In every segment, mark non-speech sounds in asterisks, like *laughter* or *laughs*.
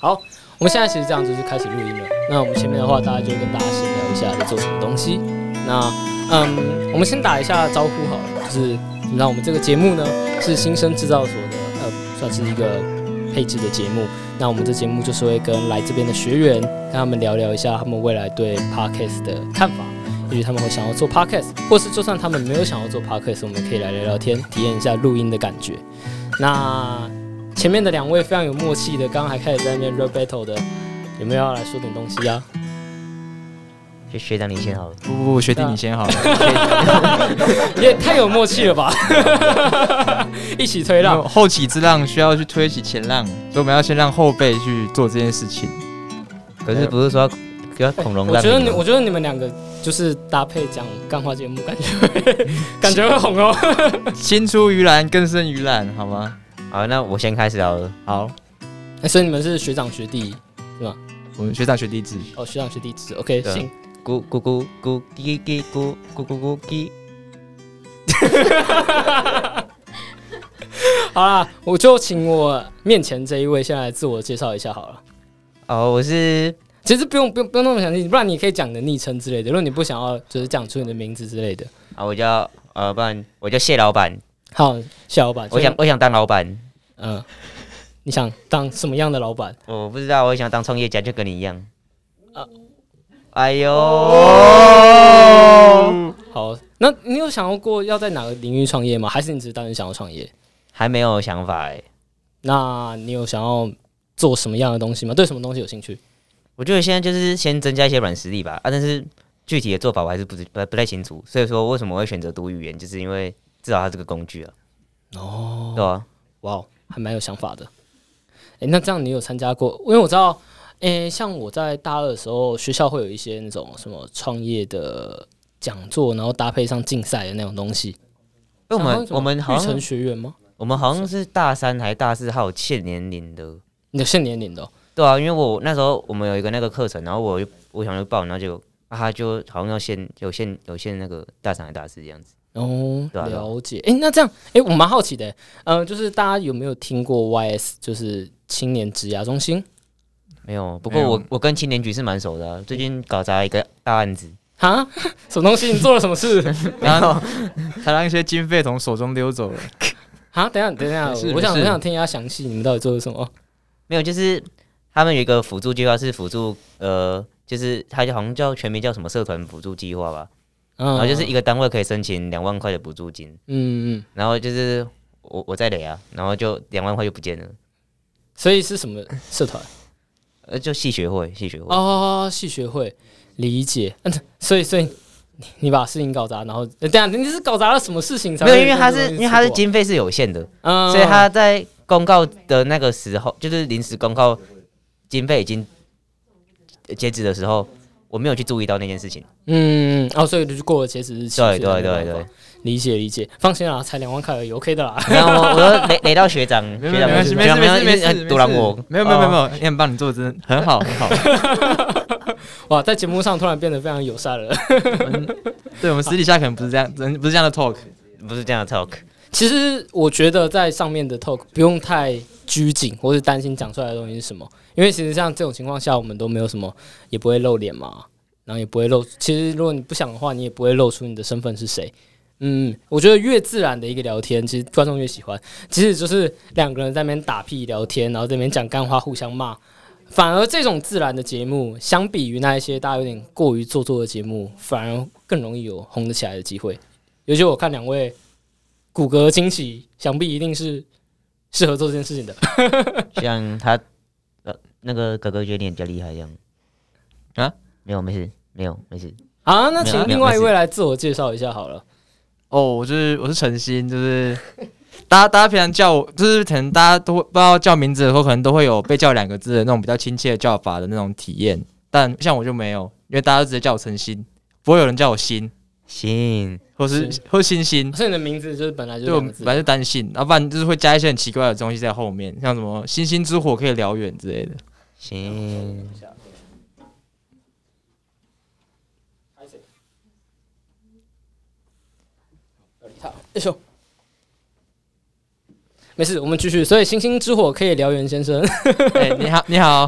好，我们现在其实这样就是开始录音了。那我们前面的话，大家就跟大家闲聊一下在做什么东西。那嗯，我们先打一下招呼好了，就是你知道我们这个节目呢是新生制造所的，呃，算是一个配置的节目。那我们这节目就是会跟来这边的学员，跟他们聊聊一下他们未来对 podcast 的看法。也许他们会想要做 podcast，或是就算他们没有想要做 podcast，我们可以来聊聊天，体验一下录音的感觉。那前面的两位非常有默契的，刚刚还开始在那边 rap battle 的，有没有要来说点东西啊呀、就学长你先好了。不不不，学弟你先好 *laughs* 了，也太有默契了吧！ *laughs* 一起推因让为，后起之浪需要去推起前浪，所以我们要先让后辈去做这件事情。可是不是说要要恐龙哎啊我让觉得你，吗我觉得你们两个就是搭配讲干话节目，感觉会 *laughs* 感觉会红 *laughs* 哦。青出于蓝，更胜于蓝，好吗？好，那我先开始好了。好，哎所以你们是学长学弟我们学长学弟制，哦，学长学弟制，OK，对啊行。咕咕咕咕叽叽咕咕咕咕叽。好啦，我就请我面前这一位先来自我介绍一下好了。哦，我是其实不用不用不用那么详细，不然你可以讲你的昵称之类的。如果你不想要，就是讲出你的名字之类的。啊，我叫呃，不然我叫谢老板。好，谢老板，我想，我想当老板，嗯、你想当什么样的老板？我不知道，我想当创业家，就跟你一样啊。哦哎呦，哦好，那你有想要过要在哪个领域创业吗？还是你只是单纯想要创业？还没有想法哎。那你有想要做什么样的东西吗？对什么东西有兴趣？我觉得现在就是先增加一些软实力吧，啊，但是具体的做法我还是不知不不太清楚。所以说，为什么我会选择读语言，就是因为至少它是个工具啊。哦，对啊，哇哦，还蛮有想法的。诶，那这样你有参加过？因为我知道，诶，像我在大二的时候，学校会有一些那种什么创业的讲座，然后搭配上竞赛的那种东西。因为我像们什么我们好育像成学院吗？我们好像是大三还大四，还有限年龄的。你的限年龄的哦、对啊，因为我那时候我们有一个那个课程，然后我我想去报，然后就啊，他就好像要限有限有限那个大三还大四这样子。哦，对啊对啊了解。诶，那这样，诶，我蛮好奇的、嗯、就是大家有没有听过 YS，就是青年职涯中心？没有，不过没有我我跟青年局是蛮熟的啊、最近搞砸一个大案子，哈，什么东西？你做了什么 *laughs* 事？然后他让一些经费从手中溜走了。哈，等一下，等一下，没事我想没我事想听一下详细，你们到底做了什么？没有，就是他们有一个辅助计划是辅助呃，就是他好像叫全名叫什么社团补助计划吧，嗯然后啊就是一个单位可以申请两万块的补助金，嗯嗯，然后就是我我在垒啊，然后就两万块就不见了，所以是什么社团？呃，就系学会系学会。哦，戏学会，理解。嗯，所以所以你你把事情搞砸，然后呃等一下你是搞砸了什么事情才没会有，这因种为它东西出过？是因为它是经费是有限的，嗯，所以他在公告的那个时候，就是临时公告经费已经截止的时候，我没有去注意到那件事情。嗯哦，所以就是过了截止日期。所对以他对没办对法对，，理解理解，放心啦，才两万块而已，OK 的啦。然后我我又雷雷到学长，没学没长没事学没事长没事没一直事，很堵拦我，没有没有没有没哦，有，你很棒，你做的真的很好很好。 *laughs* 哇，在节目上突然变得非常友善了。 *laughs* 对我们私底下可能不是这样，真不是这样的 talk。不是这样的 talk。其实我觉得在上面的 talk 不用太拘谨，或是担心讲出来的东西是什么，因为其实像这种情况下，我们都没有什么，也不会露脸嘛，然后也不会露。其实如果你不想的话，你也不会露出你的身份是谁。嗯，我觉得越自然的一个聊天，其实观众越喜欢。即使就是两个人在那边打屁聊天，然后这边讲干话，互相骂，反而这种自然的节目，相比于那一些大家有点过于做作的节目，反而更容易有红得起来的机会。尤其我看两位骨骼惊喜，想必一定是适合做这件事情的。 *laughs* 像他呃那个哥哥觉得你比较厉害这样啊？没有没事没有没事，好，那没有请没有另外一没位事来自我介绍一下好了。哦，我是我是陈鑫，就是大家大家平常叫我，就是可能大家都会不知道叫名字的时候，可能都会有被叫两个字的那种比较亲切的叫法的那种体验，但像我就没有，因为大家都直接叫我陈鑫，不会有人叫我鑫，行，或是是或是欣欣，所以你的名字就是本来就对，我两个们字本来就单姓，要不然就是会加一些很奇怪的东西在后面，像什么星星之火可以燎原之类的。行，哎呦，没事，我们继续。所以星星之火可以燎原，先生。哎、你好，你好，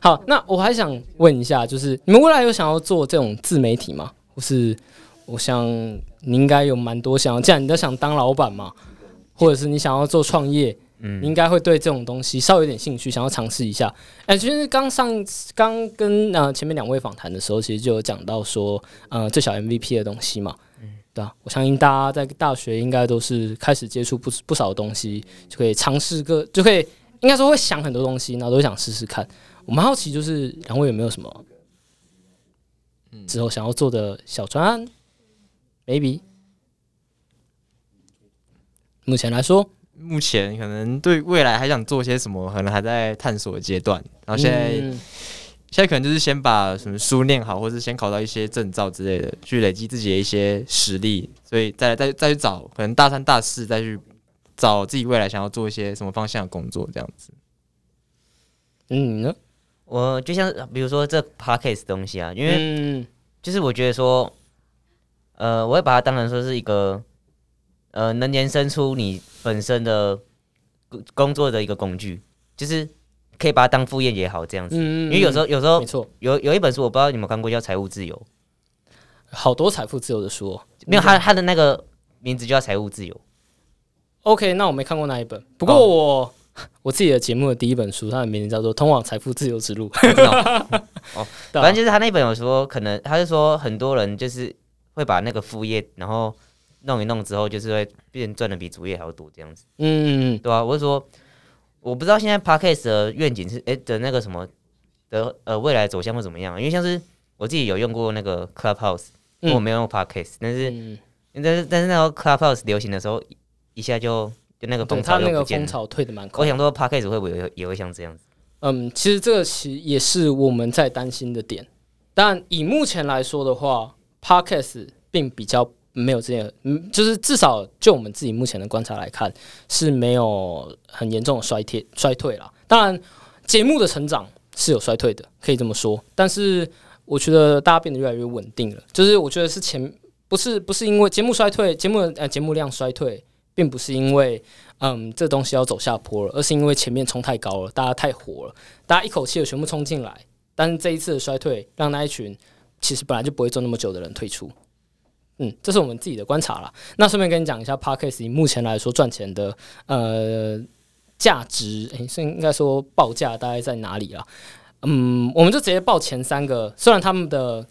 好，那我还想问一下，就是你们未来有想要做这种自媒体吗？或是我想你应该有蛮多想要，既然你都想当老板嘛，或者是你想要做创业，你应该会对这种东西稍微有点兴趣，想要尝试一下。哎、其实刚上刚跟呃前面两位访谈的时候，其实就有讲到说，呃，最小 MVP 的东西嘛。对啊，我相信大家在大学应该都是开始接触不不少东西，就可以尝试个，就可以应该说会想很多东西，然后都想试试看。我蛮好奇，就是两位有没有什么嗯之后想要做的小专案？maybe 目前来说，目前可能对未来还想做些什么，可能还在探索的阶段。然后现在、嗯现在可能就是先把什么书念好，或是先考到一些证照之类的，去累积自己的一些实力，所以再再再去找可能大三大四再去找自己未来想要做一些什么方向的工作这样子。嗯你呢？我就像比如说这 podcast 东西啊，因为嗯就是我觉得说，呃，我会把它当成说是一个，呃，能延伸出你本身的工工作的一个工具，就是可以把它当副业也好这样子。嗯，因为有时候候有时候没错，有有一本书，我不知道你们有没有看过，叫《财务自由》，好多财富自由的书、哦。没有它它的那个名字就叫《财务自由》。 OK，那我没看过那一本，不哦过我、 *laughs* 我自己的节目的第一本书，它的名字叫做《通往财富自由之路》。哦 *laughs* 对啊反正就是他那本有说，可能他是说很多人就是会把那个副业，然后弄一弄之后，就是会变赚的比主业还要多这样子，嗯，对啊，我是说，我不知道现在 podcast 的愿景是诶的那个什么的呃未来走向会怎么样，因为像是我自己有用过那个 Clubhouse，嗯我没有用 podcast，但是、嗯但是但是那个 Clubhouse 流行的时候，一下就就那个对，风它潮那又个不见风了。潮退的蛮快我。想说 podcast 会不会也会也会像这样子？嗯，其实这个其实也是我们在担心的点。但以目前来说的话，Podcast 并比较没有这些，嗯，就是至少就我们自己目前的观察来看，是没有很严重的衰退衰退啦。当然，节目的成长是有衰退的，可以这么说。但是我觉得大家变得越来越稳定了，就是我觉得是前不是不是因为节目衰退，节目的呃节目量衰退，并不是因为嗯这东西要走下坡了，而是因为前面冲太高了，大家太火了。大家一口气的全部冲进来，但是这一次的衰退让那一群其实本来就不会做那么久的人退出。嗯，这是我们自己的观察啦。那顺便跟你讲一下 p a r k a s 目前来说赚钱的呃价值，诶、是应该说报价大概在哪里啊？嗯，我们就直接报前三个，虽然他们的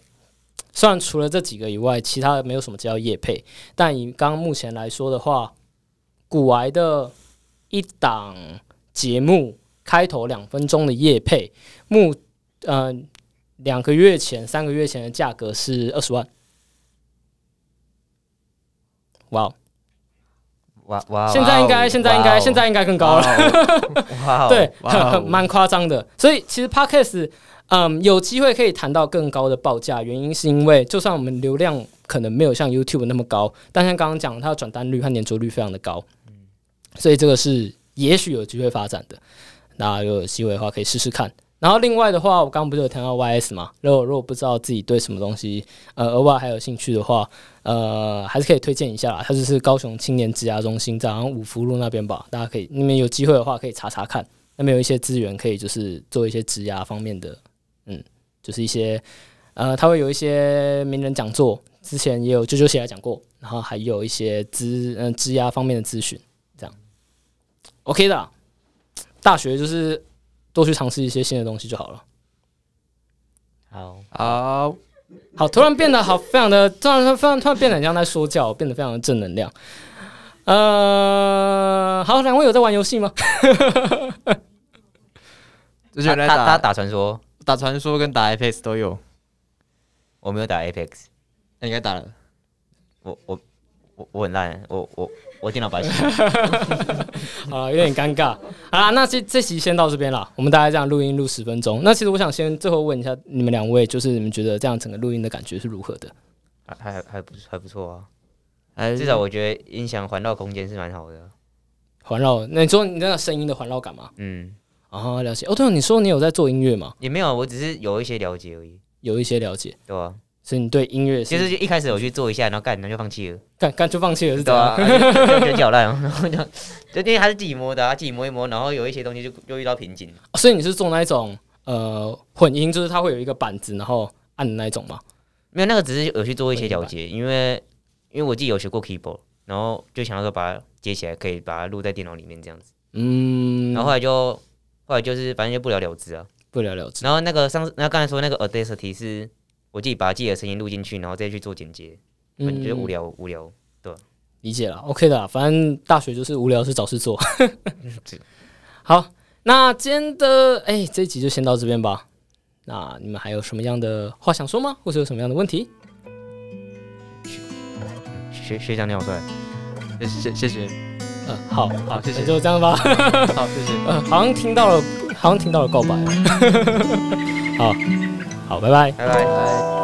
虽然除了这几个以外，其他的没有什么叫业配，但以刚刚目前来说的话，古癌的一档节目，开头两分钟的夜配，目呃两个月前、三个月前的价格是二十万。哇哦！哇哇！哦现在应该，现在应该，现在应该更高了。哇哦！对，哇哦 *laughs* 蛮夸张的。所以其实 podcast，嗯，有机会可以谈到更高的报价，原因是因为就算我们流量可能没有像 YouTube 那么高，但像刚刚讲的，它的转单率和粘着率非常的高，所以这个是也许有机会发展的。那如果有机会的话，可以试试看。然后另外的话，我刚刚不是有谈到 YS 嘛？如果如果不知道自己对什么东西呃额外还有兴趣的话，呃，还是可以推荐一下啦。它就是高雄青年职涯中心，在好像五福路那边吧，大家可以你们有机会的话可以查查看。那边有一些资源可以就是做一些职涯方面的，嗯，就是一些呃，他会有一些名人讲座，之前也有啾啾姐来讲过，然后还有一些资嗯职涯方面的咨询，这样 OK 的啦。大学就是多去尝试一些新的东西就好了。好，好，好，突然变得好，非常的，突然突然突然变得很像在说教，变得非常的正能量。呃，好，两位有在玩游戏吗？之前他有在他他打打传说，打传说跟打 Apex 都有，我没有打 Apex，那应该打了。我我我我很烂，我我我电脑 *laughs* 白痴。啊，有点尴尬。好啦，那这这期先到这边啦。我们大概这样录音录十分钟。那其实我想先最后问一下你们两位，就是你们觉得这样整个录音的感觉是如何的？还还还不还不错啊，哎，至少我觉得音响环绕空间是蛮好的。啊环绕，那你说你那个声音的环绕感吗？嗯，啊，了解。哦，对了，你说你有在做音乐吗？也没有，我只是有一些了解而已，有一些了解。对吧、所以你对音乐其是实就一开始我去做一下，然后干，然后就放弃了，干干就放弃了是对怎样啊，啊就就觉得好烂哦，然后就就因为还是自己摸的啊，自己摸一摸，然后有一些东西就又遇到瓶颈，哦所以你是做那一种呃混音，就是它会有一个板子，然后按的那一种吗？没有那个只是有去做我一些明白了解，因为因为我自己有学过 keyboard，然后就想要说把它接起来，可以把它录在电脑里面这样子，嗯，然后后来就后来就是反正就不了了之啊，不了了之。然后那个上次那刚才说那个 audacity 是我自己把自己的声音录进去，然后再去做剪接，反正觉得嗯，无聊无聊，理解了，OK 的啦，反正大学就是无聊是找事 *laughs* 做这。好，那今天的哎、这一集就先到这边吧。那你们还有什么样的话想说吗？或者有什么样的问题？学学长你好帅。谢谢谢谢，嗯、好好，谢谢那就这样吧。 *laughs* 好谢谢。呃，好像听 *laughs* 到了，好像听到了告白。好，好，拜拜。拜拜。